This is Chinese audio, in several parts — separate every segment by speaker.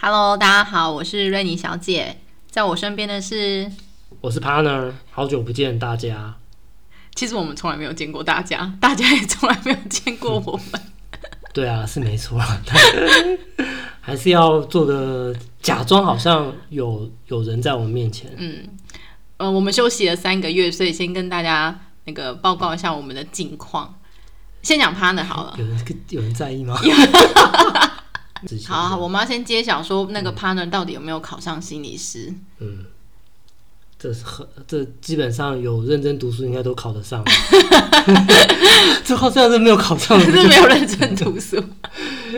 Speaker 1: Hello，大家好，我是瑞妮小姐，在我身边的是，
Speaker 2: 我是 Partner，好久不见大家。
Speaker 1: 其实我们从来没有见过大家，大家也从来没有见过我们。
Speaker 2: 对啊，是没错啦， 但还是要做个假装好像有有人在我们面前。
Speaker 1: 呃，我们休息了三个月，所以先跟大家那个报告一下我们的近况。先讲 partner 好了，
Speaker 2: 有人有人在意吗？仔细
Speaker 1: 好，好，我们要先揭晓说那个 partner 到底有没有考上心理 师。
Speaker 2: 嗯，这是很这基本上有认真读书应该都考得上。 这好像是没有考上
Speaker 1: 可
Speaker 2: 的，
Speaker 1: 是没有认真读书，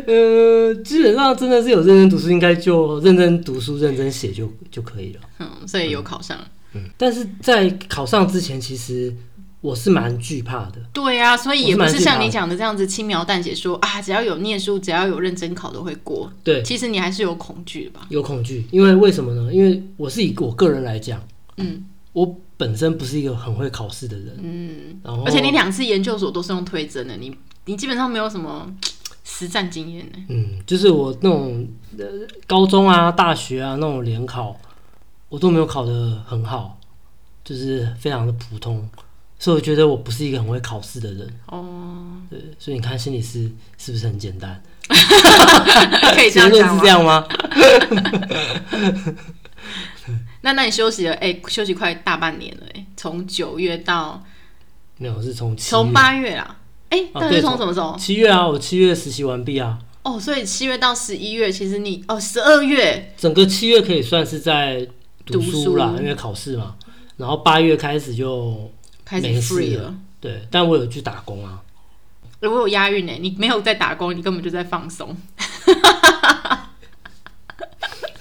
Speaker 2: 呃，基本上真的是有认真读书，应该就认真读书、认真写就就可以了。
Speaker 1: 嗯，所以有考上。
Speaker 2: 嗯，但是在考上之前，其实我是蛮惧怕的。
Speaker 1: 对呀、所以也不
Speaker 2: 我是蛮
Speaker 1: 是像
Speaker 2: 惧怕
Speaker 1: 你
Speaker 2: 的啊
Speaker 1: 讲的这样子轻描淡写说啊，只要有念书，只要有认真考都会过。
Speaker 2: 对，
Speaker 1: 其实你还是有恐惧的吧？
Speaker 2: 有恐惧，因为为什么呢？因为我是以我个人来讲，
Speaker 1: 嗯
Speaker 2: 我本身不是一个很会考试的人，嗯，然后
Speaker 1: 而且你两次研究所都是用推甄的，你你基本上没有什么实战经验呢。
Speaker 2: 嗯，就是我那种呃高中啊、大学啊那种联考，我都没有考得很好，就是非常的普通，所以我觉得我不是一个很会考试的人，
Speaker 1: 哦，
Speaker 2: 对，所以你看心理师是不是很简单？
Speaker 1: 可以这
Speaker 2: 结
Speaker 1: 样
Speaker 2: 论
Speaker 1: 讲
Speaker 2: 是
Speaker 1: 吗
Speaker 2: 这？样吗？
Speaker 1: 那那你休息了，哎、休息快大半年了、哎，从九月到
Speaker 2: 没有，是从七
Speaker 1: 从
Speaker 2: 月
Speaker 1: 八月啦，哎、
Speaker 2: 啊
Speaker 1: 到底是
Speaker 2: 对
Speaker 1: 从什么时候？
Speaker 2: 七月啊，我七月实习完毕啊，
Speaker 1: 哦，所以七月到十一月，其实你哦十二月，
Speaker 2: 整个七月可以算是在读书啦
Speaker 1: 读，书
Speaker 2: 因为考试嘛。然后八月开始就
Speaker 1: 开始
Speaker 2: 没事
Speaker 1: free
Speaker 2: 了
Speaker 1: 了。
Speaker 2: 对，但我有去打工啊。
Speaker 1: 如果有押韵呢、哎你没有在打工，你根本就在放松。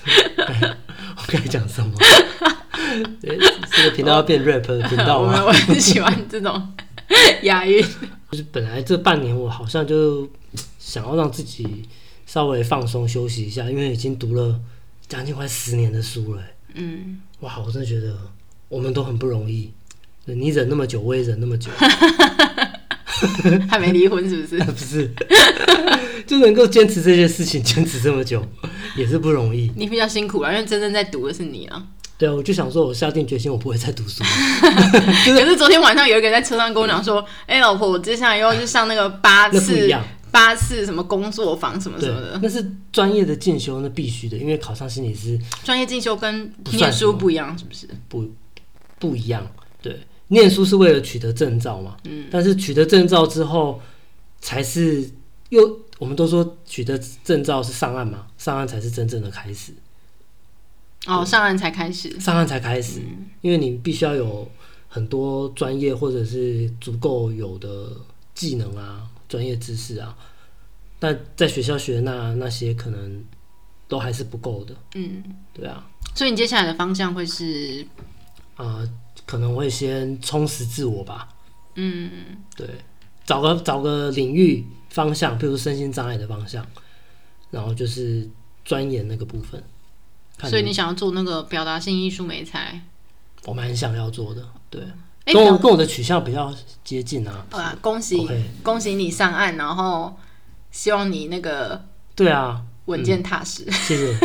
Speaker 2: 我该讲什么？ 对这个频道要变 rap 的频道啊
Speaker 1: 我
Speaker 2: 吗？
Speaker 1: 们我很喜欢这种 押韵。
Speaker 2: 就是本来这半年我好像就想要让自己稍微放松休息一下，因为已经读了将近快十年的书了欸、
Speaker 1: 嗯，
Speaker 2: 哇，我真的觉得我们都很不容易。对你忍那么久，我也忍那么久，嗯
Speaker 1: 还没离婚是不是？
Speaker 2: 不是就能够坚持这些事情，坚持这么久也是不容易。
Speaker 1: 你比较辛苦啊了，因为真正在读的是你啊。
Speaker 2: 对啊，我就想说，我下定决心，我不会再读书了。
Speaker 1: 可是昨天晚上有一个人在车上跟我讲说：“哎、老婆，我接下来又要去上那个八
Speaker 2: 那不一
Speaker 1: 次
Speaker 2: 样，
Speaker 1: 八次什么工作坊什么什
Speaker 2: 对
Speaker 1: 么的，
Speaker 2: 那是专业的进修，那必须的，因为考上心理师
Speaker 1: 专业进修，跟
Speaker 2: 不算
Speaker 1: 念
Speaker 2: 什
Speaker 1: 书
Speaker 2: 么
Speaker 1: 不一样，是不是？
Speaker 2: 不不一样。对，念书是为了取得证照嘛，
Speaker 1: 嗯，
Speaker 2: 但是取得证照之后，才是又我们都说取得证照是上岸嘛，上岸才是真正的开始，
Speaker 1: 哦，上岸才开始，
Speaker 2: 上岸才开始，因为你必须要有很多专业或者是足够有的技能啊、专业知识啊。但在学校学的那那些可能都还是不够的，
Speaker 1: 嗯，
Speaker 2: 对啊，
Speaker 1: 所以你接下来的方向会是，
Speaker 2: 啊、可能会先充实自我吧，
Speaker 1: 嗯，
Speaker 2: 对，找个找个领域方向，比如身心障碍的方向，然后就是钻研那个部分。看
Speaker 1: 所以你想要做那个表达性艺术美才，
Speaker 2: 我蛮想要做的，对，
Speaker 1: 哎、
Speaker 2: 跟我
Speaker 1: 表
Speaker 2: 跟我的取向比较接近啊。
Speaker 1: 啊，恭喜
Speaker 2: OK
Speaker 1: 恭喜你上岸，然后希望你那个
Speaker 2: 对啊，
Speaker 1: 稳健踏实。
Speaker 2: 谢谢，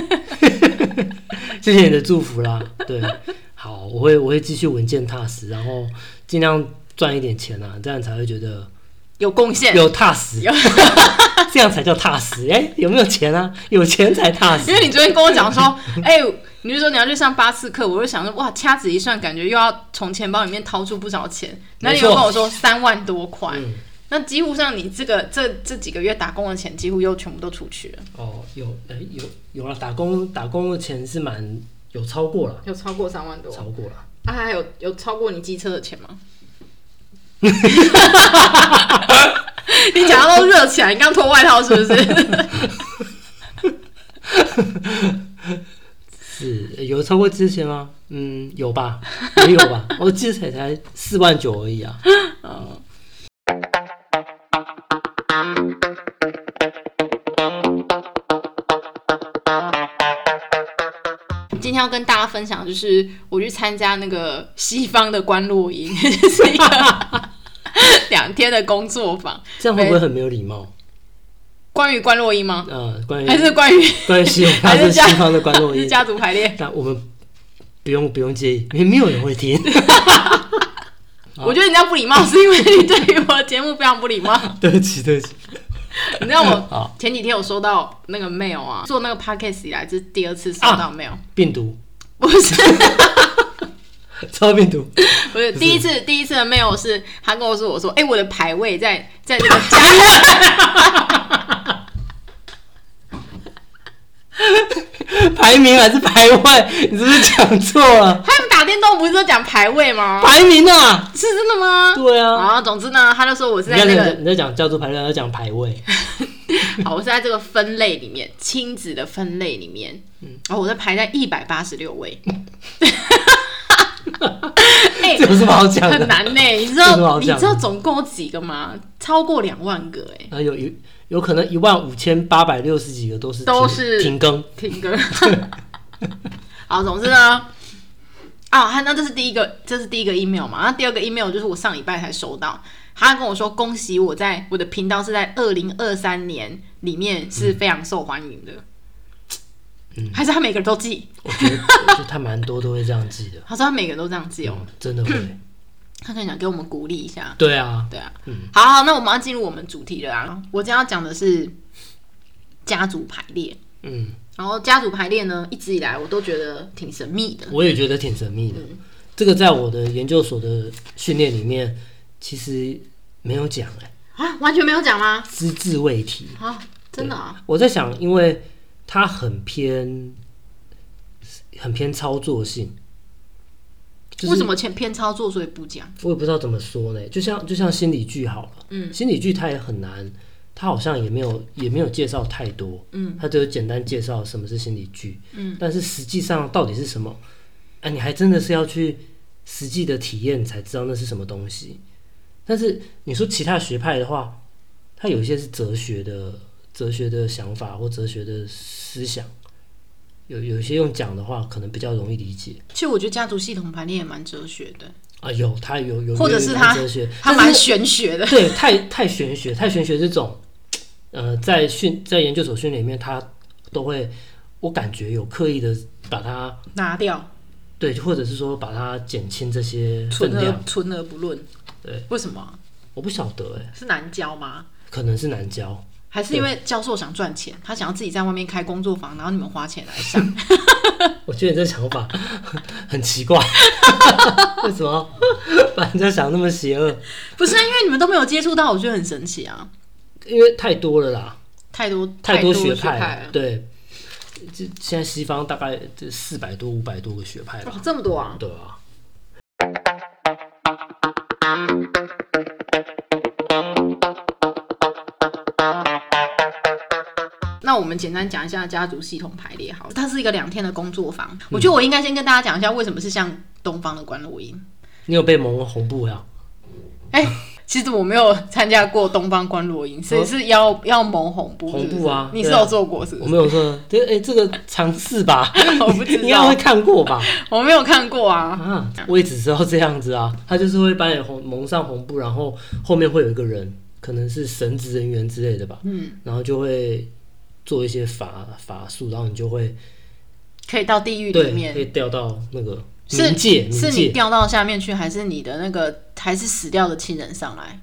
Speaker 2: 谢谢你的祝福啦。对，好，我会我会继续稳健踏实，然后尽量赚一点钱啊，这样才会觉得
Speaker 1: 有贡献，
Speaker 2: 有踏实， 这样才叫踏实。哎、有没有钱啊？有钱才踏 实
Speaker 1: 因。为你昨天跟我讲说， 哎、你就说你要去上八次课，我就想说，哇，掐指一算，感觉又要从钱包里面掏出不少钱。那你又
Speaker 2: 没错
Speaker 1: 跟我说三万多块，
Speaker 2: 嗯
Speaker 1: 那几乎上你这个这这几个月打工的钱，几乎又全部都出去了，
Speaker 2: 哦，有，哎、有有了，打工打工的钱是蛮有超过了，
Speaker 1: 有超过三万多。
Speaker 2: 超过了。
Speaker 1: 啊，还有有超过你机车的钱吗？起来，你刚脱外套是不是？
Speaker 2: 是有超过之前吗？嗯，有吧，也有吧。我记得才才四万九而已啊。
Speaker 1: 今天要跟大家分享，就是我去参加那个西方的观落营， 是一个 两天的工作坊。
Speaker 2: 这样会不会很没有礼貌？
Speaker 1: 关于观落营吗？
Speaker 2: 呃，关于
Speaker 1: 还是关于
Speaker 2: 关于西方
Speaker 1: 还
Speaker 2: 还
Speaker 1: 是
Speaker 2: 是
Speaker 1: 家
Speaker 2: 西方的观众
Speaker 1: 还是， 家族排列？
Speaker 2: 那我们不用不用介意，因为没有人 会听。
Speaker 1: 我觉得你这样不礼貌，是因为你对于我的节目非常不礼 貌。
Speaker 2: 对不起，对不起。
Speaker 1: 你知道我
Speaker 2: 好
Speaker 1: 前几天有收到那个 mail 啊，做那个 podcast 以来这是第二次收到
Speaker 2: 啊
Speaker 1: mail，、
Speaker 2: 病毒，
Speaker 1: 不 是
Speaker 2: 超病毒，
Speaker 1: 不是第一次第一次的 mail 是他跟我说我说，哎、我的排位在在 这个家，
Speaker 2: 排名还是排位？你是不是讲错 了？
Speaker 1: 他们打电动不是都讲排位吗？
Speaker 2: 排名啊！
Speaker 1: 是真的吗？
Speaker 2: 对啊，
Speaker 1: 啊，总之呢，他就说我是
Speaker 2: 你
Speaker 1: 在
Speaker 2: 看
Speaker 1: 那
Speaker 2: 你在
Speaker 1: 个
Speaker 2: 你在讲家族排列，要讲排位，
Speaker 1: 好，我是在这个分类里面，亲子的分类里面，嗯，然后我在排在一百八十六位， 哎、
Speaker 2: 这有什么好讲
Speaker 1: 很
Speaker 2: 的？
Speaker 1: 难呢、你知
Speaker 2: 这有什么
Speaker 1: 道
Speaker 2: 好
Speaker 1: 你
Speaker 2: 讲的
Speaker 1: 知道总共有几个吗？超过两万个哎、
Speaker 2: 啊，有有有可能一万五千八百六十几个都是
Speaker 1: 都
Speaker 2: 停
Speaker 1: 是
Speaker 2: 停更，
Speaker 1: 听歌。 好，总之呢，啊、还那这是第一个，这是第一个 email 嘛。那第二个 email 就是我上礼拜才收到，他跟我说恭喜我在我的频道是在二零二三年里面是非常受欢迎的。还是他每个人都记，
Speaker 2: 我觉得我觉得他蛮多都会这样记的，
Speaker 1: 他说他每个人都这样记哦，
Speaker 2: 真的会。
Speaker 1: 他可能想给我们鼓励一下。
Speaker 2: 对啊，
Speaker 1: 对啊，
Speaker 2: 嗯
Speaker 1: 好好，那我们要进入我们主题了啊。我今天要讲的是家族排列，
Speaker 2: 嗯，
Speaker 1: 然后家族排列呢，一直以来我都觉得挺神秘的。
Speaker 2: 我也觉得挺神秘的。
Speaker 1: 嗯
Speaker 2: 这个在我的研究所的训练里面，其实没有讲哎、
Speaker 1: 啊，完全没有讲吗？
Speaker 2: 只字未提。
Speaker 1: 啊，真的啊，
Speaker 2: 我在想，因为它很偏，很偏操作性。就是
Speaker 1: 为什么偏偏操作所以不讲？
Speaker 2: 我也不知道怎么说呢，就像就像心理剧好了，嗯，心理剧它也很难，它好像也没有也没有介绍太多，嗯，它只有简单介绍什么是心理剧，嗯，但是实际上到底是什么，哎、你还真的是要去实际的体验才知道那是什么东西。但是你说其他学派的话，它有一些是哲学的哲学的想法或哲学的思想，有有一些用讲的话可能比较容易理解。
Speaker 1: 其实我觉得家族系统排列也蛮哲学的，
Speaker 2: 啊，有，它有有，
Speaker 1: 或者是
Speaker 2: 有
Speaker 1: 它
Speaker 2: 哲学，
Speaker 1: 它
Speaker 2: 但是
Speaker 1: 蛮玄学的。
Speaker 2: 对，太太玄学，太玄学这种，呃，在训在研究所训练里面，他都会，我感觉有刻意的把它
Speaker 1: 拿掉，
Speaker 2: 对，或者是说把它减轻这些
Speaker 1: 存
Speaker 2: 分量
Speaker 1: 而。存而不论。
Speaker 2: 对，
Speaker 1: 为什么
Speaker 2: 我不晓得哎、
Speaker 1: 是难教吗？
Speaker 2: 可能是难教，
Speaker 1: 还是因为教授想赚钱，他想要自己在外面开工作坊，然后你们花钱来上？
Speaker 2: 我觉得你这想法很奇怪， 为什么把人家想那么邪恶？
Speaker 1: 不是啊，因为你们都没有接触到，我觉得很神奇啊！
Speaker 2: 因为太多了啦，
Speaker 1: 太多
Speaker 2: 太多
Speaker 1: 学
Speaker 2: 学派了，
Speaker 1: 了，
Speaker 2: 对。这现在西方大概这四百多五百多个学派吧，
Speaker 1: 哇，这么多啊！
Speaker 2: 对啊。
Speaker 1: 那我们简单讲一下家族系统排列好了，它是一个两天的工作坊。我觉得我应该先跟大家讲一下为什么是像东方的观落音。
Speaker 2: 你有被蒙红布呀？
Speaker 1: 哎、其实我没有参加过东方观落音，所以
Speaker 2: 哦
Speaker 1: 是要要蒙红布，
Speaker 2: 红布
Speaker 1: 是不是
Speaker 2: 啊
Speaker 1: 你是
Speaker 2: 对啊
Speaker 1: 有做过是不
Speaker 2: 我
Speaker 1: 是？
Speaker 2: 没有说，这哎、这个尝试吧，
Speaker 1: 我不知道
Speaker 2: 你应该会看过吧？
Speaker 1: 我没有看过 啊。
Speaker 2: 啊，我也只知道这样子啊，他就是会把你红蒙上红布，然后后面会有一个人，可能是神职人员之类的吧，
Speaker 1: 嗯，
Speaker 2: 然后就会做一些法法术，然后你就会
Speaker 1: 可以到地狱里
Speaker 2: 对，可
Speaker 1: 面，
Speaker 2: 以掉到那个
Speaker 1: 是
Speaker 2: 冥界，
Speaker 1: 是
Speaker 2: 冥
Speaker 1: 你
Speaker 2: 界
Speaker 1: 掉到下面去，还是你的那个还是死掉的亲人上来？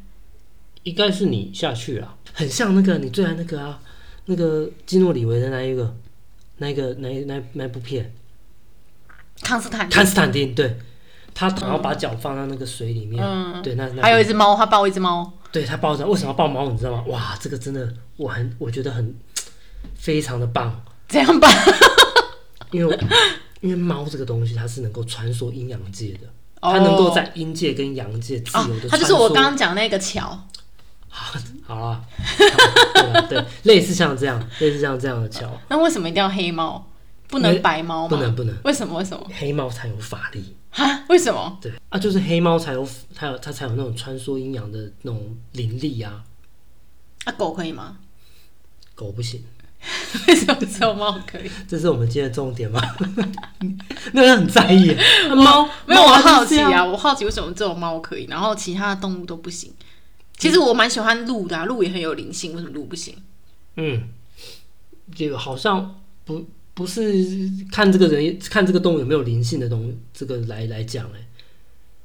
Speaker 2: 应该是你下去啊，很像那个你最爱那个啊，那个基诺里维的那一个，那一个那一那那部片。
Speaker 1: 康斯坦丁，
Speaker 2: 康斯坦丁，对他，然后把脚放到那个水里面，
Speaker 1: 嗯
Speaker 2: 对，那那
Speaker 1: 还有一只猫，他抱一只猫，
Speaker 2: 对他抱着，为什么要抱猫？你知道吗？哇，这个真的，我很我觉得很非常的棒，
Speaker 1: 这样吧？
Speaker 2: 因为因为猫这个东西它是能够穿梭阴阳界的，
Speaker 1: 哦
Speaker 2: 它能够在阴界跟阳界自
Speaker 1: 啊
Speaker 2: 由的穿梭。，
Speaker 1: 他就是我刚刚讲那个桥，
Speaker 2: 啊好啦，好对啊对，类似像这样， 类似像这样的桥，
Speaker 1: 那为什么一定要黑猫？不
Speaker 2: 因为
Speaker 1: 能白猫吗？
Speaker 2: 不能不能，
Speaker 1: 为什么？为什么？
Speaker 2: 黑猫才有法力。
Speaker 1: 哈？为什么？
Speaker 2: 对啊，就是黑猫才有，它有它才有那种穿梭阴阳的那种灵力啊，
Speaker 1: 啊，狗可以吗？
Speaker 2: 狗不行。
Speaker 1: 为什么只有猫可以？
Speaker 2: 这是我们今天的重点吗？ 那个很在意耶，那猫
Speaker 1: 没有，我
Speaker 2: 猫
Speaker 1: 好
Speaker 2: 就是
Speaker 1: 奇
Speaker 2: 这样
Speaker 1: 啊，我好奇为什么只有猫可以，然后其他的动物都不行。其实我蛮喜欢鹿的、啊，鹿也很有灵性，为什么鹿不行？
Speaker 2: 嗯，就好像不不是看这个人看这个动物有没有灵性的东这个来来讲哎，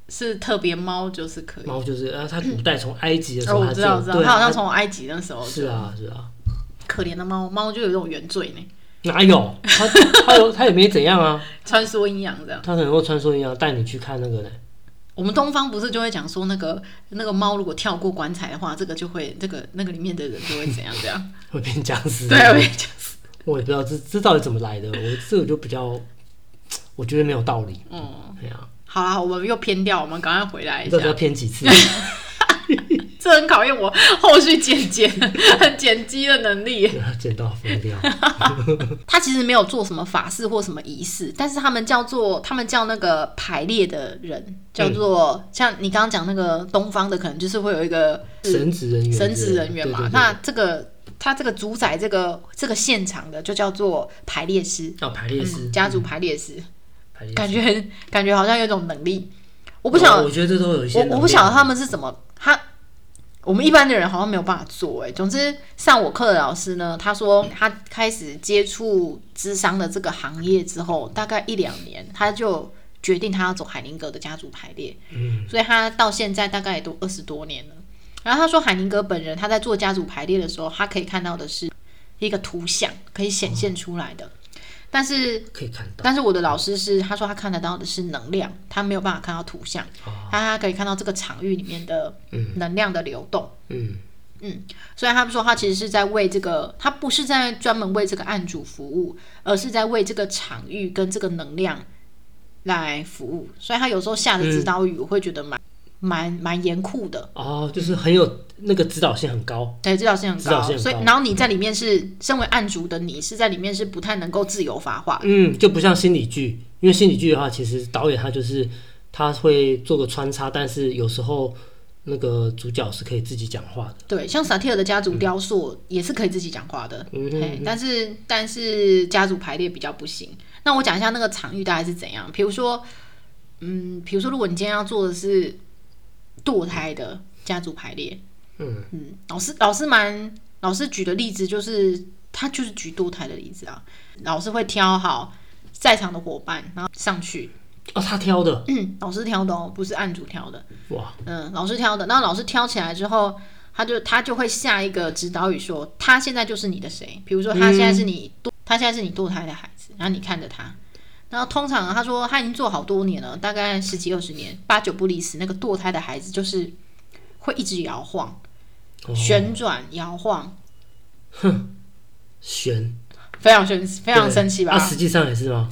Speaker 1: 是特别猫就是可以。
Speaker 2: 猫就是啊，它古代从埃及的时
Speaker 1: 哦，
Speaker 2: 候，
Speaker 1: 我
Speaker 2: 它
Speaker 1: 知
Speaker 2: 就
Speaker 1: 道，我知道，
Speaker 2: 对
Speaker 1: 它好
Speaker 2: 啊
Speaker 1: 像，从埃及那时候
Speaker 2: 它是啊是啊，
Speaker 1: 可怜的猫，猫就有一种原罪呢，
Speaker 2: 哪有它它有它也没怎样啊，
Speaker 1: 穿梭阴阳这样。
Speaker 2: 它可能会穿梭一样带你去看那个呢，
Speaker 1: 我们东方不是就会讲说，那个那个猫如果跳过棺材的话，这个就会这个那个里面的人就会怎样怎 样。
Speaker 2: 会变僵尸。
Speaker 1: 对，我也讲，
Speaker 2: 啊我也不知道这这到底怎么来的，我这个就比较，我觉得没有道理。
Speaker 1: 嗯，哎
Speaker 2: 哎呀、
Speaker 1: 好啦，我们又偏掉，我们赶快回来
Speaker 2: 你
Speaker 1: 一
Speaker 2: 到底要
Speaker 1: 下，
Speaker 2: 骗几次？
Speaker 1: 这很考验我后续剪接、 剪辑的能力。
Speaker 2: 剪刀 疯掉。
Speaker 1: 他其实没有做什么法事或什么仪式，但是他们叫做他们叫那个排列的人叫做、像你刚刚讲那个东方的，可能就是会有一个
Speaker 2: 神职人
Speaker 1: 嗯
Speaker 2: 员，
Speaker 1: 神职人员嘛。
Speaker 2: 对对对
Speaker 1: 那这个他这个主宰这个这个现场的就叫做排列师，
Speaker 2: 要排列师，
Speaker 1: 家族排列师，
Speaker 2: 嗯排列师
Speaker 1: 感觉感觉好像有一种能力，我不晓
Speaker 2: 我觉得这都有一些
Speaker 1: 我
Speaker 2: 能量，
Speaker 1: 我不晓得他们是怎么他。我们一般的人好像没有办法做哎、总之，上我课的老师呢，他说他开始接触智商的这个行业之后，大概一两年，他就决定他要走海宁格的家族排列。
Speaker 2: 嗯，
Speaker 1: 所以他到现在大概也都二十多年了。然后他说，海宁格本人他在做家族排列的时候，他可以看到的是一个图像，可以显现出来的。但是
Speaker 2: 可以看到。
Speaker 1: 但是我的老师是，他说他看得到的是能量，他没有办法看到图像，
Speaker 2: 哦
Speaker 1: 他可以看到这个场域里面的能量的流动。
Speaker 2: 嗯，
Speaker 1: 所以他们说，他其实是在为这个，他不是在专门为这个案主服务，而是在为这个场域跟这个能量来服务。所以他有时候下的指导语，我会觉得蛮、蛮蛮严酷的。
Speaker 2: 哦，就是很有那个指导性很高，
Speaker 1: 对，指导性很
Speaker 2: 指导
Speaker 1: 高，
Speaker 2: 性很
Speaker 1: 所以
Speaker 2: 高
Speaker 1: 然后你在里面是身为案主的你是在里面是不太能够自由发挥。
Speaker 2: 嗯，就不像心理剧，因为心理剧的话，其实导演他就是他会做个穿插，但是有时候那个主角是可以自己讲话的，
Speaker 1: 对，像萨提尔的家族雕塑也是可以自己讲话的，
Speaker 2: 嗯
Speaker 1: 嘿但是但是家族排列比较不行。那我讲一下那个场域大概是怎样，比如说，嗯，比如说如果你今天要做的是堕胎的家族排列，
Speaker 2: 嗯
Speaker 1: 嗯，老师老师蛮老师举的例子就是他就是举堕胎的例子啊，老师会挑好在场的伙伴，然后上去，
Speaker 2: 哦，他挑的，
Speaker 1: 嗯，老师挑的哦，不是案主挑的。
Speaker 2: 哇，
Speaker 1: 嗯，老师挑的，那老师挑起来之后，他就他就会下一个指导语说，他现在就是你的谁？比如说他现在是你堕，他现在是你堕胎的孩子，然后你看着他。然后通常他说他已经做好多年了，大概十几二十年，八九不离十。那个堕胎的孩子就是会一直摇晃、
Speaker 2: 哦
Speaker 1: 旋转、摇晃，
Speaker 2: 悬，
Speaker 1: 非常生非常生气吧
Speaker 2: 啊，？实际上也是吗？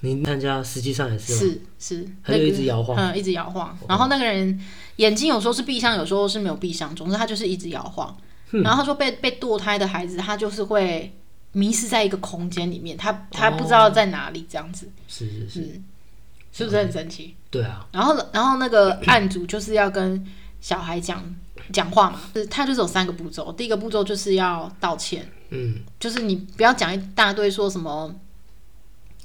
Speaker 2: 你参加实际上也是吗？
Speaker 1: 是是，
Speaker 2: 他
Speaker 1: 那
Speaker 2: 就
Speaker 1: 个
Speaker 2: 一直摇晃哦
Speaker 1: 嗯，一直摇晃。然后那个人眼睛有时候是闭上，有时候是没有闭上，总之他就是一直摇晃。然后他说被被堕胎的孩子，他就是会迷失在一个空间里面，他他不知
Speaker 2: 哦
Speaker 1: 道在哪里，这样子、
Speaker 2: 是是是，
Speaker 1: 是不是很神奇？
Speaker 2: 对啊，
Speaker 1: 然后然后那个案主就是要跟小孩讲讲话嘛，就是他就是有三个步骤，第一个步骤就是要道歉。
Speaker 2: 嗯，
Speaker 1: 就是你不要讲一大堆说什么，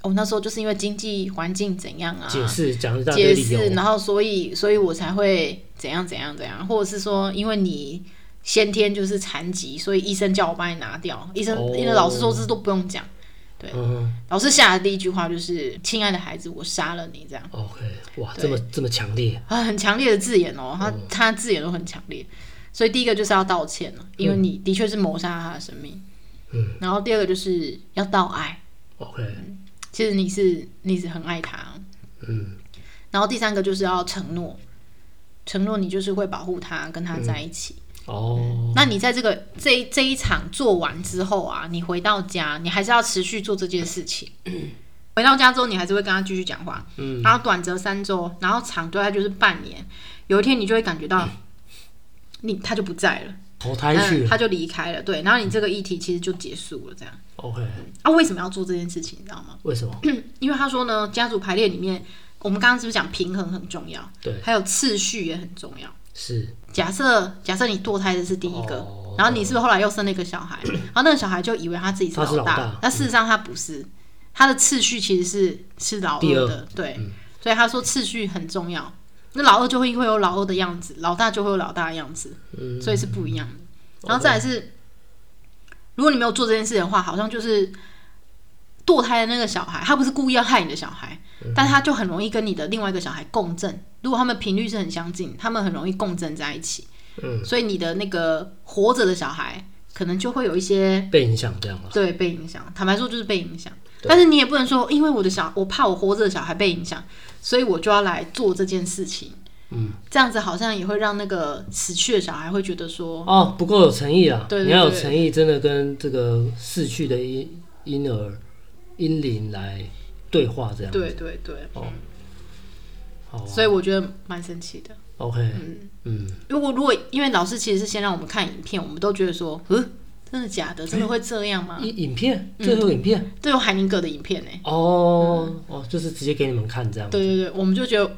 Speaker 1: 哦，那时候就是因为经济环境怎样啊，
Speaker 2: 解释讲一大
Speaker 1: 解
Speaker 2: 堆理由
Speaker 1: 释，，然后所以所以我才会怎样怎样怎样，或者是说因为你先天就是残疾，所以医生叫我帮你拿掉，医生、
Speaker 2: 哦
Speaker 1: 因为老师说这都不用讲，
Speaker 2: 嗯
Speaker 1: 老师下的第一句话就是“亲爱的孩子，我杀了你”这样
Speaker 2: ，OK，哇，
Speaker 1: 对
Speaker 2: 这么这么强烈，
Speaker 1: 啊，很强烈的字眼哦，他、
Speaker 2: 嗯
Speaker 1: 他字眼都很强烈，所以第一个就是要道歉了，因为你的确是谋杀了他的生命，
Speaker 2: 嗯，
Speaker 1: 然后第二个就是要道爱，
Speaker 2: ，OK，
Speaker 1: 其实你是你是很爱他，
Speaker 2: 嗯，
Speaker 1: 然后第三个就是要承诺，承诺你就是会保护他，跟他在一起。
Speaker 2: 哦，
Speaker 1: 那你在这个这一这一场做完之后啊，你回到家，你还是要持续做这件事情。回到家之后，你还是会跟他继续讲话，嗯，然后短则三周，然后长对他就是半年。有一天你就会感觉到你他就不在了，
Speaker 2: 投胎去
Speaker 1: 嗯，
Speaker 2: 了
Speaker 1: 他就离开了。对，然后你这个议题其实就结束了，这样
Speaker 2: OK，
Speaker 1: 啊？为什么要做这件事情？你知道吗？
Speaker 2: 为什么？
Speaker 1: 因为他说呢，家族排列里面，我们刚刚是不是讲平衡很重要？
Speaker 2: 对，
Speaker 1: 还有次序也很重要。
Speaker 2: 是
Speaker 1: 假设假设你堕胎的是第一个，
Speaker 2: 哦
Speaker 1: 然后你是不是后来又生了一个小孩，然后那个小孩就以为他自己是
Speaker 2: 他是
Speaker 1: 老
Speaker 2: 老大
Speaker 1: 那事实上他不是，他的次序其实是是老
Speaker 2: 第
Speaker 1: 二
Speaker 2: 二嗯
Speaker 1: 的，对，所以他说次序很重要。那老二就会会有老二的样子，老大就会有老大的样子，
Speaker 2: 嗯
Speaker 1: 所以是不一样的。然后再来是，如果你没有做这件事的话，好像就是堕胎的那个小孩，他不是故意要害你的小孩，
Speaker 2: 嗯
Speaker 1: 但他就很容易跟你的另外一个小孩共振。如果他们频率是很相近，他们很容易共振在一起。
Speaker 2: 嗯，
Speaker 1: 所以你的那个活着的小孩，可能就会有一些
Speaker 2: 被影响这样了。
Speaker 1: 对被影响。坦白说，就是被影响。但是你也不能说，因为我的小，我怕我活着的小孩被影响，所以我就要来做这件事情。
Speaker 2: 嗯，
Speaker 1: 这样子好像也会让那个死去的小孩会觉得说，
Speaker 2: 哦，不够有诚意啊！
Speaker 1: 对对
Speaker 2: 你要有
Speaker 1: 对
Speaker 2: 诚意，真的跟这个逝去的婴婴儿、婴灵来对话，这样
Speaker 1: 对对对，
Speaker 2: 哦好
Speaker 1: 所以我觉得蛮神奇的。
Speaker 2: OK，嗯
Speaker 1: 如果如果因为老师其实是先让我们看影片，我们都觉得说，嗯，真的假的？真的会这样吗？
Speaker 2: 影影片，最
Speaker 1: 嗯
Speaker 2: 后影片、
Speaker 1: 这有海宁格的影片呢、欸
Speaker 2: 哦、
Speaker 1: 嗯
Speaker 2: 哦，就是直接给你们看这样。
Speaker 1: 对对对，我们就觉得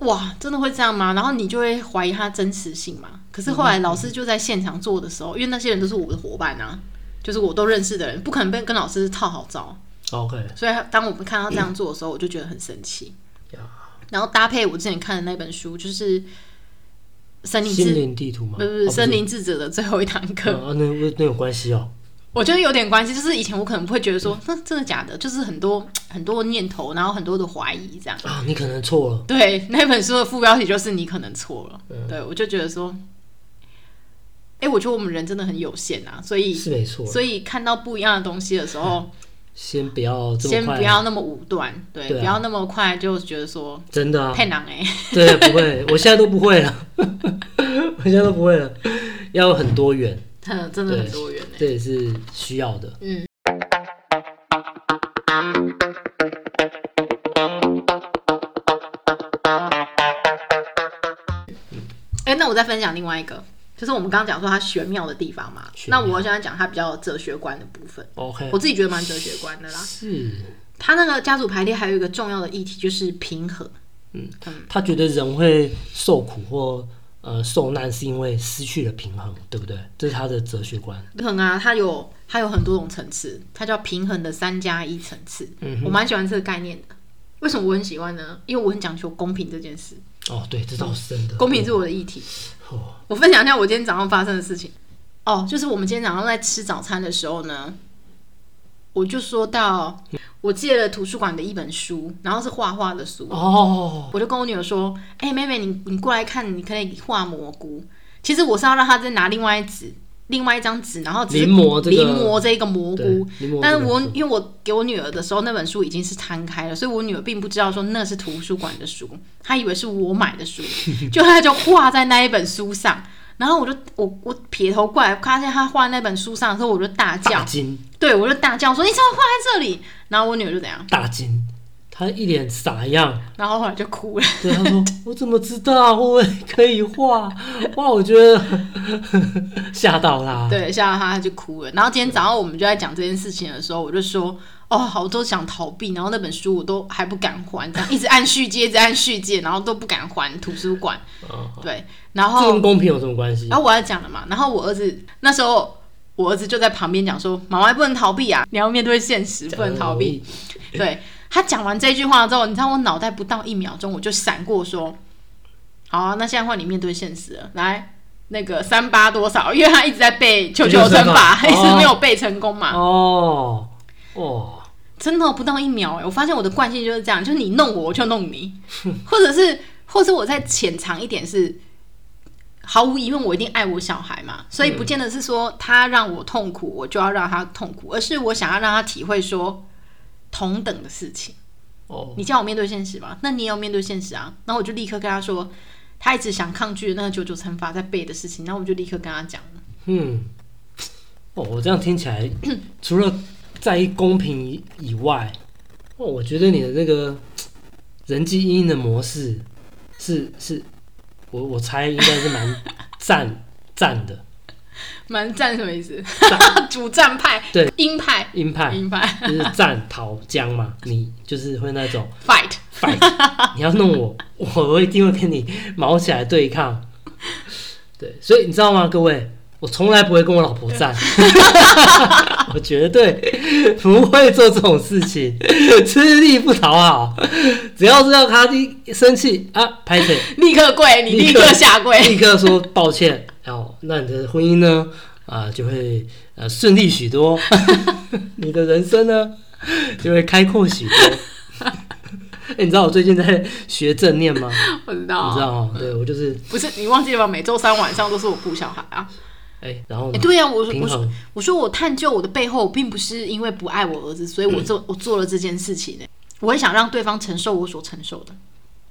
Speaker 1: 哇，真的会这样吗？然后你就会怀疑它真实性嘛。可是后来老师就在现场做的时候，因为那些人都是我的伙伴啊，就是我都认识的人，不可能被跟老师套好招。
Speaker 2: OK，
Speaker 1: 所以当我们看到这样做的时候，我就觉得很神奇
Speaker 2: 呀。
Speaker 1: 然后搭配我之前看的那本书，就是《森林
Speaker 2: 心
Speaker 1: 之
Speaker 2: 灵地图吗？
Speaker 1: 不是不
Speaker 2: 哦
Speaker 1: 是嗯森林智者的最后一堂课》
Speaker 2: 啊，那那那有关系哦。
Speaker 1: 我觉得有点关系，就是以前我可能会觉得说，那真的假的，就是很多很多念头，然后很多的怀疑这样。
Speaker 2: 啊，你可能错了。
Speaker 1: 对，那本书的副标题就是“你可能错了”对，我就觉得说，哎、我觉得我们人真的很有限啊，所以
Speaker 2: 是没错，
Speaker 1: 所以看到不一样的东西的时候，
Speaker 2: 先不要 这
Speaker 1: 先
Speaker 2: 么快，
Speaker 1: 不要那么武断，对，
Speaker 2: 对啊
Speaker 1: 不要那么快就觉得说
Speaker 2: 真的啊，
Speaker 1: 太难哎、
Speaker 2: 对，不会，我现在都不会了，我现在都不会了，要很多元，
Speaker 1: 欸，真的很多元哎、
Speaker 2: 这也是需要的。
Speaker 1: 嗯。哎、那我再分享另外一个，就是我们刚刚讲说它玄妙的地方嘛。
Speaker 2: 玄
Speaker 1: 那
Speaker 2: 妙
Speaker 1: 我现在讲它比较哲学观的部分，
Speaker 2: OK，
Speaker 1: 我自己觉得蛮哲学观的啦。
Speaker 2: 是，
Speaker 1: 它那个家族排列还有一个重要的议题就是平衡，
Speaker 2: 他觉得人会受苦或呃受难，是因为失去了平衡，对不对？这是他的哲学观。
Speaker 1: 平衡啊，它有它有很多种层次，它叫平衡的三加一层次。
Speaker 2: 嗯
Speaker 1: 我蛮喜欢这个概念的。为什么我很喜欢呢？因为我很讲求公平这件事，
Speaker 2: 哦，对，这倒是真的。
Speaker 1: 公平是我的议题。
Speaker 2: 哦，
Speaker 1: 我分享一下我今天早上发生的事情。哦，就是我们今天早上在吃早餐的时候呢，我就说到我借了图书馆的一本书，然后是画画的书，
Speaker 2: 哦，
Speaker 1: 我就跟我女儿说：“哎、妹妹，你你过来看，你可以画蘑菇。其实我是要让她再拿另外一纸，另外一张纸，然后只是
Speaker 2: 临摹这个
Speaker 1: 临摹这个蘑
Speaker 2: 对
Speaker 1: 菇。
Speaker 2: 临摹
Speaker 1: 但是
Speaker 2: 这个
Speaker 1: 我
Speaker 2: 书
Speaker 1: 因为我给我女儿的时候，那本书已经是摊开了，所以我女儿并不知道说那是图书馆的书，她以为是我买的 书，就她就画在那一本书上。然后我就我我撇头过来，发现她画那本书上的时候，我就大叫
Speaker 2: 大，金
Speaker 1: 对我就大叫说：“你怎么画在这里？”然后我女儿就怎样，
Speaker 2: 大金，他一脸傻样，
Speaker 1: 然后后来就哭了。
Speaker 2: 对他说：“我怎么知道会不会可以画？”哇，我觉得 吓到他。
Speaker 1: 对，吓到他，他就哭了。然后今天早上我们就在讲这件事情的时候，我就说，哦，好多想逃避，然后那本书我都还不敢还，这样一直按续借，一直按续借，然后都不敢还图书馆。
Speaker 2: 哦
Speaker 1: 对，然
Speaker 2: 这跟
Speaker 1: 后，
Speaker 2: 公平有什么关系？
Speaker 1: 然后我要讲了嘛，然后我儿子那时候。我儿子就在旁边讲说：“妈妈不能逃避啊，你要面对现实，不能逃避。”对他讲完这句话之后，你知道我脑袋不到一秒钟，我就闪过说：“好啊，那现在换你面对现实了，来。”那个三八多少？因为他一直在背球球乘法，
Speaker 2: 球球乘法
Speaker 1: 一直
Speaker 2: 哦
Speaker 1: 没有背成功嘛。
Speaker 2: 哦哦，
Speaker 1: 真的不到一秒哎、我发现我的惯性就是这样，就是你弄我，我就弄你，或者是，或是我再浅尝一点是，毫无疑问我一定爱我小孩嘛，所以不见得是说他让我痛苦，我就要让他痛苦，而是我想要让他体会说同等的事情。
Speaker 2: 哦，
Speaker 1: 你叫我面对现实吧，那你也要面对现实啊。然后我就立刻跟他说，他一直想抗拒那个九九乘法在背的事情，然后我就立刻跟他讲，
Speaker 2: 嗯，哦，我这样听 起来，除了在意公平以以外，哦，我觉得你的那个人际应应的模式是是，我我猜应该是蛮赞赞的，
Speaker 1: 蛮战什么意思
Speaker 2: 战？
Speaker 1: 主战派，
Speaker 2: 对，
Speaker 1: 鹰派，
Speaker 2: 鹰派
Speaker 1: 鹰派
Speaker 2: 就是战逃僵嘛，你就是会那种
Speaker 1: ，fight，
Speaker 2: fight，你要弄我， 我一定会跟你毛起来对抗。对，所以你知道吗，各位，我从来不会跟我老婆战， 我绝对不会做这种事情，吃力不讨好。只要是让他一生气啊，拍腿，
Speaker 1: 立刻跪，你立
Speaker 2: 立刻
Speaker 1: 刻下跪，
Speaker 2: 立刻说抱歉，然后那你的婚姻呢，啊、就会呃顺利许多， 你的人生呢就会开阔许多。 哎、你知道我最近在学正念吗？
Speaker 1: 我知
Speaker 2: 你知
Speaker 1: 道，
Speaker 2: 道哦，对我就是
Speaker 1: 不是你忘记了吗？每周三晚上都是我顾小孩啊。
Speaker 2: 哎、然后
Speaker 1: 哎，
Speaker 2: 呢
Speaker 1: 对呀，我说
Speaker 2: 平
Speaker 1: 我说
Speaker 2: 衡
Speaker 1: 我说我探究我的背后，并不是因为不爱我儿子，所以我做我做了这件事情呢。我很想让对方承受我所承受的，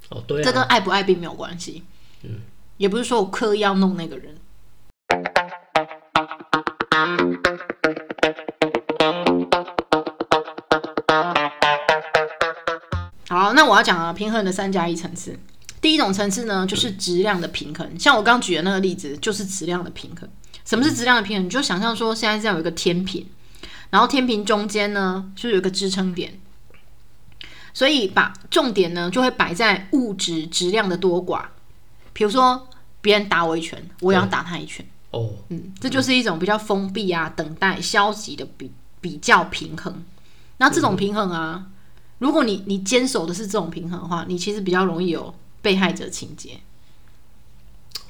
Speaker 2: 哦，对、
Speaker 1: 这跟
Speaker 2: 啊，
Speaker 1: 爱不爱并没有关系。
Speaker 2: 嗯，
Speaker 1: 也不是说我刻意要弄那个人。好，那我要讲啊，平衡的三加一层次。第一种层次呢，就是质量的平衡。像我刚举的那个例子，就是质量的平衡。什么是质量的平衡？你就想象说，现在这样有一个天平，然后天平中间呢，就是有一个支撑点。所以把重点呢，就会摆在物质质量的多寡。比如说，别人打我一拳，我也要打他一拳。
Speaker 2: 哦，
Speaker 1: 嗯，这就是一种比较封闭啊、等待、消极的比比较平衡。那这种平衡啊，如果你你坚守的是这种平衡的话，你其实比较容易有被害者情节。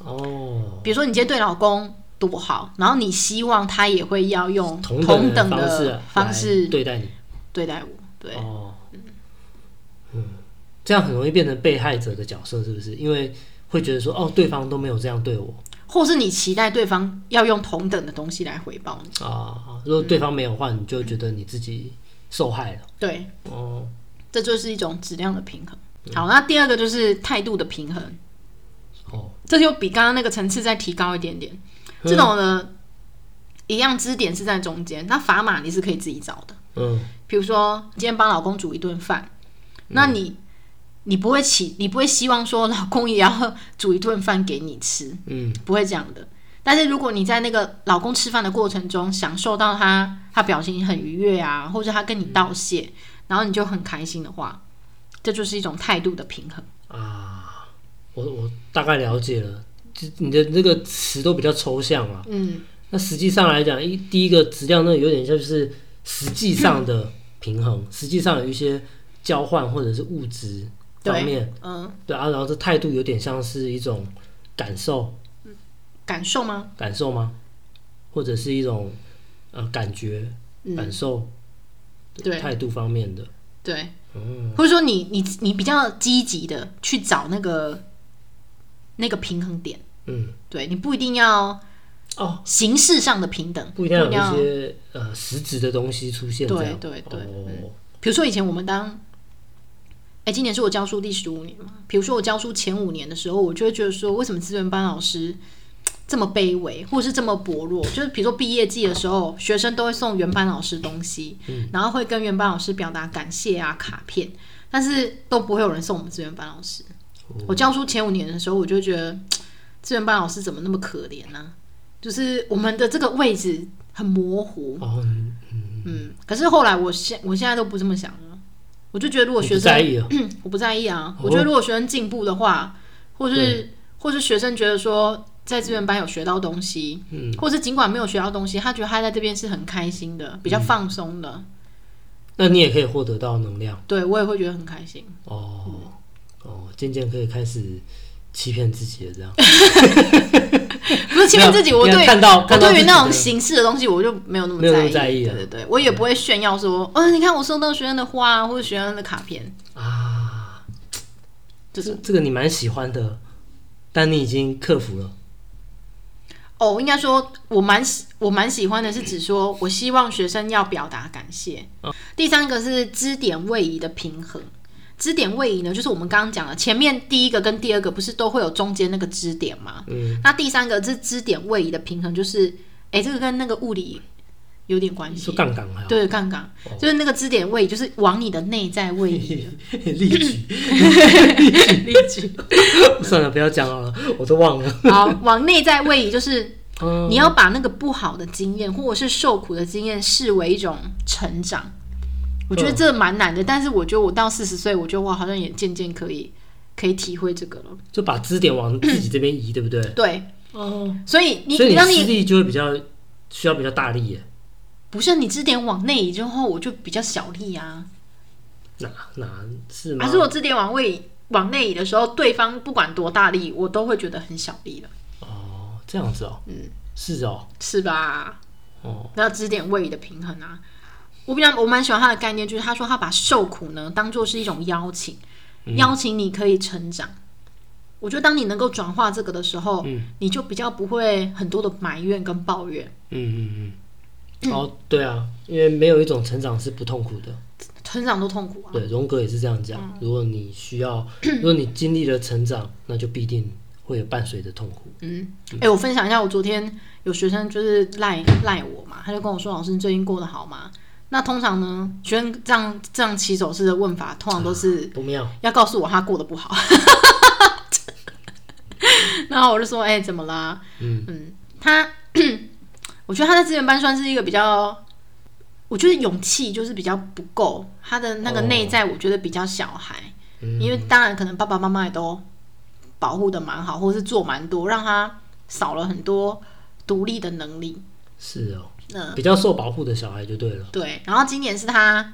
Speaker 2: 哦，
Speaker 1: 比如说，你今天对老公多好，然后你希望他也会要用
Speaker 2: 同
Speaker 1: 同等
Speaker 2: 的方式
Speaker 1: 的
Speaker 2: 啊
Speaker 1: 方式
Speaker 2: 来对待你，
Speaker 1: 对待我。对，
Speaker 2: 哦，嗯，这样很容易变成被害者的角色，是不是？因为会觉得说，哦，对方都没有这样对我
Speaker 1: 或是你期待对方要用同等的东西来回报你。
Speaker 2: 啊，如果对方没有的话，你就觉得你自己受害了。
Speaker 1: 对，
Speaker 2: 哦，
Speaker 1: 这就是一种质量的平衡。好，那第二个就是态度的平衡，
Speaker 2: 哦，
Speaker 1: 这就比刚刚那个层次再提高一点点。
Speaker 2: 嗯
Speaker 1: 这种呢，一样支点是在中间，那砝码你是可以自己找的。
Speaker 2: 嗯，
Speaker 1: 比如说，今天帮老公煮一顿饭，那你、你不会期，你不会希望说老公也要煮一顿饭给你吃，
Speaker 2: 嗯，
Speaker 1: 不会这样的。但是如果你在那个老公吃饭的过程中，享受到他他表情很愉悦啊，或者他跟你道谢，然后你就很开心的话，这就是一种态度的平衡。
Speaker 2: 啊，我我大概了解了，这你的这个词都比较抽象啊。
Speaker 1: 嗯，
Speaker 2: 那实际上来讲，一第一个质量呢，有点像是实际上的平衡，实际上有一些交换或者是物质方面，
Speaker 1: 嗯，
Speaker 2: 对啊，然后这态度有点像是一种感受，
Speaker 1: 感受吗？
Speaker 2: 感受吗？或者是一种呃感觉、
Speaker 1: 嗯，
Speaker 2: 感受
Speaker 1: 对
Speaker 2: 态度方面的，嗯
Speaker 1: 对，或者说你你你比较积极的去找那个那个平衡点，
Speaker 2: 嗯，
Speaker 1: 对你不一定要
Speaker 2: 哦，
Speaker 1: 形式上的平等，
Speaker 2: 不一定要有一些呃实质的东西出现，
Speaker 1: 对
Speaker 2: 这样
Speaker 1: 对对嗯
Speaker 2: 哦，
Speaker 1: 比如说以前我们当，哎、今年是我教书第十五年嘛。比如说我教书前五年的时候，我就会觉得说，为什么资源班老师这么卑微，或是这么薄弱？就是比如说毕业季的时候，学生都会送原班老师东西，然后会跟原班老师表达感谢啊卡片，但是都不会有人送我们资源班老师。我教书前五年的时候，我就觉得资源班老师怎么那么可怜呢、就是我们的这个位置很模糊，
Speaker 2: 哦，你
Speaker 1: 嗯，可是后来我现我现在都不这么想了，我就觉得如果
Speaker 2: 你
Speaker 1: 学
Speaker 2: 不
Speaker 1: 生
Speaker 2: 在意啊，
Speaker 1: 我不在意啊，
Speaker 2: 哦
Speaker 1: 我觉得如果学生进步的话，或是或是学生觉得说在资源班有学到东西，
Speaker 2: 嗯，
Speaker 1: 或是尽管没有学到东西，他觉得他在这边是很开心的，比较放松的，
Speaker 2: 嗯那你也可以获得到能量
Speaker 1: 对我也会觉得很开心。
Speaker 2: 哦哦，渐渐可以开始欺骗自己了， 这样
Speaker 1: 不是欺骗自己，
Speaker 2: 没有
Speaker 1: 我对
Speaker 2: 看到
Speaker 1: 我
Speaker 2: 看到
Speaker 1: 对于那种
Speaker 2: 自己
Speaker 1: 形式的东西，我就没有那么
Speaker 2: 没有那么
Speaker 1: 在
Speaker 2: 在
Speaker 1: 意
Speaker 2: 意啊
Speaker 1: 对
Speaker 2: 了
Speaker 1: 对对，我也不会炫耀说，嗯、你看我收到学生的花啊或者学生的卡片，
Speaker 2: 的啊，
Speaker 1: 就是
Speaker 2: 这这个你蛮喜欢的，但你已经克服了。
Speaker 1: 哦，应该说我蛮喜我蛮喜欢的是指说，我希望学生要表达感谢。
Speaker 2: 嗯
Speaker 1: 第三个是支点位移的平衡。支点位移呢，就是我们刚刚讲的，前面第一个跟第二个不是都会有中间那个支点吗？
Speaker 2: 嗯，
Speaker 1: 那第三个是支点位移的平衡，就是哎、这个跟那个物理有点关系。
Speaker 2: 说杠哦杠还好，
Speaker 1: 对，杠杠就是那个支点位移，就是往你的内在位 移。
Speaker 2: 例举，
Speaker 1: 例句
Speaker 2: 算了，不要讲好了，我都忘了。
Speaker 1: 好，往内在位移就是
Speaker 2: 嗯
Speaker 1: 你要把那个不好的经验或者是受苦的经验视为一种成长。我觉得这蛮难
Speaker 2: 嗯
Speaker 1: 的，但是我觉得我到四十岁，我觉得我好像也渐渐可以可以体会这个了。
Speaker 2: 就把支点往自己这边移，对不对？
Speaker 1: 对，
Speaker 2: 哦，
Speaker 1: 所以你
Speaker 2: 所以
Speaker 1: 你
Speaker 2: 你
Speaker 1: 当
Speaker 2: 吃
Speaker 1: 你
Speaker 2: 力就会比较需要比较大力耶。
Speaker 1: 不是你支点往内移之后，我就比较小力啊。
Speaker 2: 哪哪是吗？
Speaker 1: 还是我支点往外往内移的时候，对方不管多大力，我都会觉得很小力了，
Speaker 2: 哦，这样子哦，嗯，是哦，
Speaker 1: 是吧？
Speaker 2: 哦，
Speaker 1: 那支点位移的平衡啊。我比较我蛮喜欢他的概念，就是他说他把受苦呢当做是一种邀请，邀请你可以成长。我觉得当你能够转化这个的时候，你就比较不会很多的埋怨跟抱怨。
Speaker 2: 嗯嗯嗯，哦，对啊，因为没有一种成长是不痛苦的。
Speaker 1: 成长都痛苦啊，
Speaker 2: 对，荣格也是这样
Speaker 1: 嗯
Speaker 2: 讲。如果你需 要，如果你经历了成长，那就必定会有伴随着痛苦。
Speaker 1: 嗯，哎、我分享一下，我昨天有学生就是赖赖我嘛，他就跟我说：“老师，你最近过得好吗？”那通常呢，学生这样这样起手式的问法，通常都是
Speaker 2: 不妙，
Speaker 1: 要告诉我他过得不好。 然后我就说：“哎、怎么啦？”
Speaker 2: 嗯
Speaker 1: 他，我觉得他在资源班算是一个比较，我觉得勇气就是比较不够，他的那个
Speaker 2: 哦
Speaker 1: 内在我觉得比较小孩，
Speaker 2: 嗯
Speaker 1: 因为当然可能爸爸妈妈也都保护的蛮好，或是做蛮多，让他少了很多独立的能力。
Speaker 2: 是哦，
Speaker 1: 嗯、
Speaker 2: 比较受保护的小孩就对了。
Speaker 1: 对，然后今年是他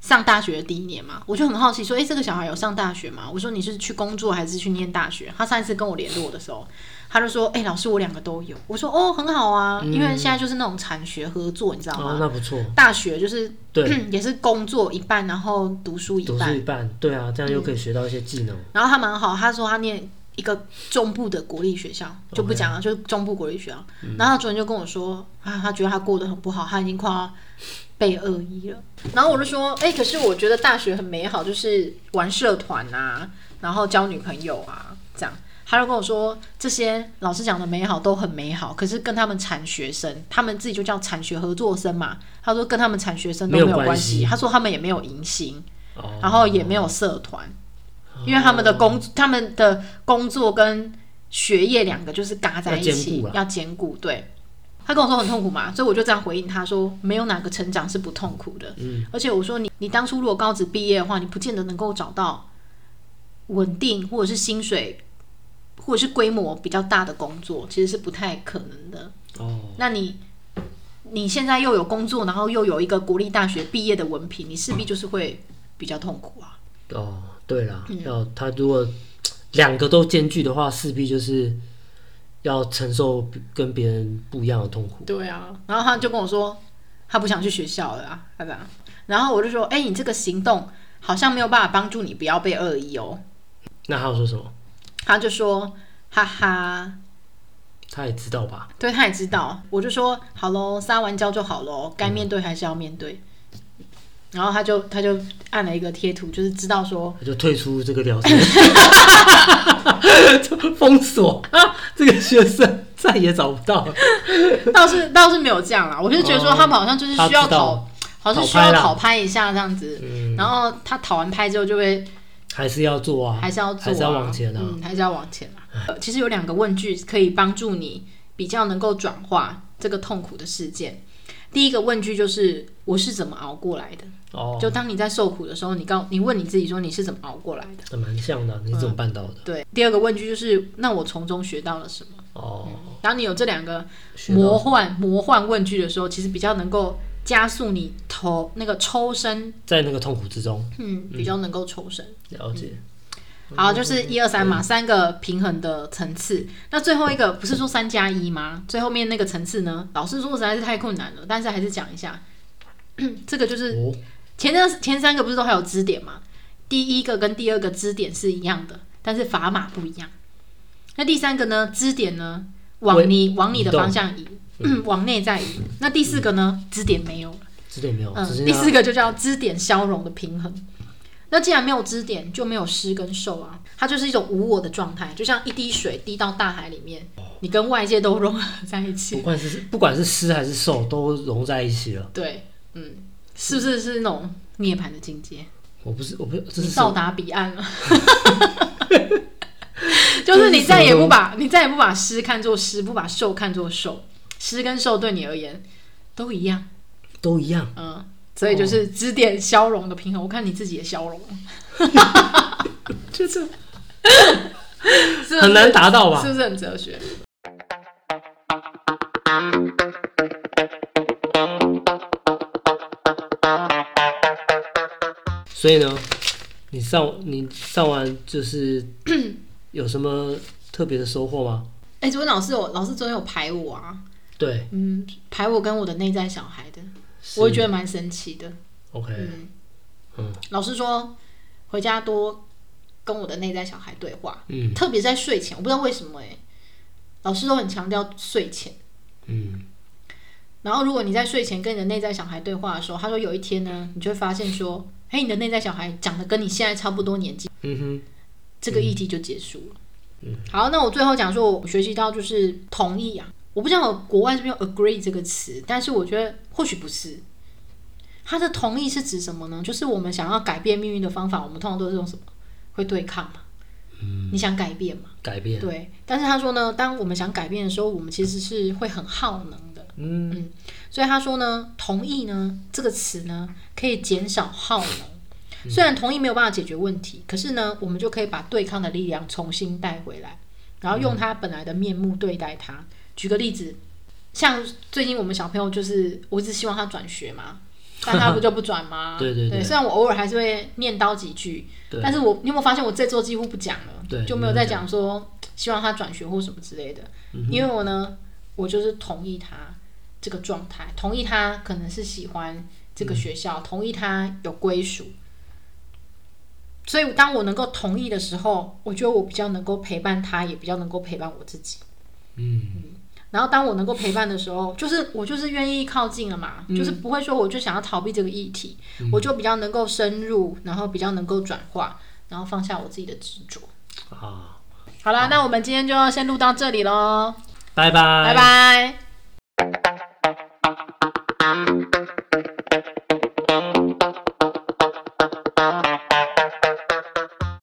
Speaker 1: 上大学的第一年嘛，我就很好奇说，诶，这个小孩有上大学吗？我说你是去工作还是去念大学？他上一次跟我联络的时候，他就说，诶，老师，我两个都有。我说，哦，很好啊，因为现在就是那种产学合作，你知道
Speaker 2: 嗯哦，
Speaker 1: 吗？
Speaker 2: 那不错，
Speaker 1: 大学就是
Speaker 2: 对，
Speaker 1: 也是工作一半，然后读书一
Speaker 2: 读
Speaker 1: 半
Speaker 2: 书，一半，对啊，这样又可以学到一些技能。
Speaker 1: 然后他蛮好，他说他念一个中部的国立学校，就不讲了，就是中部国立学校。然后他昨天就跟我说，啊，他觉得他过得很不好，他已经快要被恶意了。然后我就说，哎、可是我觉得大学很美好，就是玩社团啊，然后交女朋友啊，这样。他就跟我说，这些老师讲的美好都很美好，可是跟他们产学生，他们自己就叫产学合作生嘛。他说跟他们产学生都
Speaker 2: 没有
Speaker 1: 没有
Speaker 2: 关
Speaker 1: 关
Speaker 2: 系
Speaker 1: 系，他说他们也没有迎新，
Speaker 2: 哦，
Speaker 1: 嗯然后也没有社团，因为他们的工、他们的工作跟学业两个就是嘎在一
Speaker 2: 要兼
Speaker 1: 起
Speaker 2: 顾啊，
Speaker 1: 要兼顾。对，他跟我说很痛苦嘛，所以我就这样回应他说，没有哪个成长是不痛苦的。嗯，而且我说你你当初如果高职毕业的话，你不见得能够找到稳定或者是薪水。或者是规模比较大的工作，其实是不太可能的。
Speaker 2: 哦，
Speaker 1: 那你你现在又有工作，然后又有一个国立大学毕业的文凭，你势必就是会比较痛苦啊。
Speaker 2: 哦，对啦，
Speaker 1: 嗯
Speaker 2: 要他如果两个都兼具的话，势必就是要承受跟别人不一样的痛苦。
Speaker 1: 对啊，然后他就跟我说，他不想去学校了啊，他这样。然后我就说，哎、你这个行动好像没有办法帮助你不要被恶意哦。
Speaker 2: 那还有说什么？
Speaker 1: 他就说，哈哈，
Speaker 2: 他也知道吧？
Speaker 1: 对，他也知道。我就说，好喽，撒完娇就好喽，该面对还是要面对。然后他就他就按了一个贴图，就是知道说，
Speaker 2: 他就退出这个聊天， 封锁这个学生，再也找不到了。
Speaker 1: 倒是倒是没有这样啦。我就觉得说，他们好像就是
Speaker 2: 哦他
Speaker 1: 需要
Speaker 2: 知道
Speaker 1: 讨，好像是需
Speaker 2: 讨
Speaker 1: 要
Speaker 2: 拍啦
Speaker 1: 讨拍一下这样子。
Speaker 2: 嗯，
Speaker 1: 然后他讨完拍之后就会
Speaker 2: 还是要做啊，
Speaker 1: 还是要做、啊，
Speaker 2: 还是要往前啊。
Speaker 1: 嗯，还是要往前啊。呃其实有两个问句可以帮助你比较能够转化这个痛苦的事件。第一个问句就是我是怎么熬过来的？
Speaker 2: 哦，
Speaker 1: 就当你在受苦的时候，你告你问你自己说你是怎么熬过来的？
Speaker 2: 那蛮像的，你怎么办到的？
Speaker 1: 对。第二个问句就是那我从中学到了什么？
Speaker 2: 哦，
Speaker 1: 当你有这两个
Speaker 2: 学到
Speaker 1: 魔幻魔幻问句的时候，其实比较能够加速你投那个抽身，
Speaker 2: 在那个痛苦之中
Speaker 1: 嗯，比较能够抽身。
Speaker 2: 了解。
Speaker 1: 好，就是一二三嘛，三个平衡的层次。那最后一个不是说三加一吗？最后面那个层次呢？老师说实在是太困难了，但是还是讲一下。 这个就是
Speaker 2: 哦，
Speaker 1: 前三前三个不是都还有支点吗？第一个跟第二个支点是一样的，但是砝码不一样。那第三个呢？支点呢往
Speaker 2: 微
Speaker 1: 你往你的
Speaker 2: 移动
Speaker 1: 方向移， 往内在移。那第四个呢？支点没有了。
Speaker 2: 这点没有，
Speaker 1: 嗯
Speaker 2: 哦只是，
Speaker 1: 第四个就叫支点消融的平衡。那既然没有支点，就没有施跟受啊，它就是一种无我的状态，就像一滴水滴到大海里面，你跟外界都融合在一
Speaker 2: 不
Speaker 1: 起。
Speaker 2: 管是不管是湿还是瘦，都融在一起了。
Speaker 1: 对，嗯，是不是是那种涅槃的境界？
Speaker 2: 我不是，我不是，这
Speaker 1: 你
Speaker 2: 是
Speaker 1: 到达彼岸了。就是你再也不把你再也不把湿看作湿，不把瘦看作瘦，湿跟瘦对你而言都一样，
Speaker 2: 都一样，
Speaker 1: 嗯，所以就是指点消融的平衡。我看你自己也消融，
Speaker 2: 就是
Speaker 1: 是不是
Speaker 2: 很难达到吧
Speaker 1: 是？不是很哲学？
Speaker 2: 所以呢，你上你上完就是 有什么特别的收获吗？
Speaker 1: 哎、昨天老师有老师昨天有排我啊，
Speaker 2: 对，
Speaker 1: 嗯，排我跟我的内在小孩的，
Speaker 2: 是
Speaker 1: 我也觉得蛮神奇的。
Speaker 2: OK，
Speaker 1: 嗯，
Speaker 2: 嗯
Speaker 1: 老师说回家多跟我的内在小孩对话，
Speaker 2: 嗯
Speaker 1: 特别在睡前，我不知道为什么哎、老师都很强调睡前。
Speaker 2: 嗯，
Speaker 1: 然后，如果你在睡前跟你的内在小孩对话的时候，他说有一天呢，你就会发现说，哎，你的内在小孩长得跟你现在差不多年纪，
Speaker 2: 嗯哼，
Speaker 1: 这个议题就结束了。好，那我最后讲说，我学习到就是同意啊，我不知道国外是不是有 agree 这个词，但是我觉得或许不是。它的同意是指什么呢？就是我们想要改变命运的方法，我们通常都是用什么？会对抗嘛？你想改变嘛？
Speaker 2: 改变，
Speaker 1: 对。但是他说呢，当我们想改变的时候，我们其实是会很耗能的。
Speaker 2: 嗯
Speaker 1: 所以他说呢，同意呢这个词呢，可以减少耗
Speaker 2: 嗯
Speaker 1: 能。虽然同意没有办法解决问题，可是呢，我们就可以把对抗的力量重新带回来，然后
Speaker 2: 嗯
Speaker 1: 用他本来的面目对待他。举个例子，像最近我们小朋友就是，我一直希望他转学嘛，但他不就不转吗？
Speaker 2: 对对对
Speaker 1: 虽然我偶尔还是会念叨几句，
Speaker 2: 对
Speaker 1: 但是我你有没有发现我这周几乎不讲了，
Speaker 2: 对
Speaker 1: 就没有再讲说希望他转学或什么之类的，
Speaker 2: 嗯
Speaker 1: 因为我呢，我就是同意他这个状态，同意他可能是喜欢这个学
Speaker 2: 嗯
Speaker 1: 校，同意他有归属。所以，当我能够同意的时候，我觉得我比较能够陪伴他，也比较能够陪伴我自己。
Speaker 2: 嗯
Speaker 1: 然后当我能够陪伴的时候，就是我就是愿意靠近了嘛，
Speaker 2: 嗯
Speaker 1: 就是不会说我就想要逃避这个议题，我就比较能够深入，然后比较能够转化，然后放下我自己的执着。
Speaker 2: 啊，
Speaker 1: 好啦，那我们今天就先录到这里喽，
Speaker 2: 拜拜，
Speaker 1: 拜拜。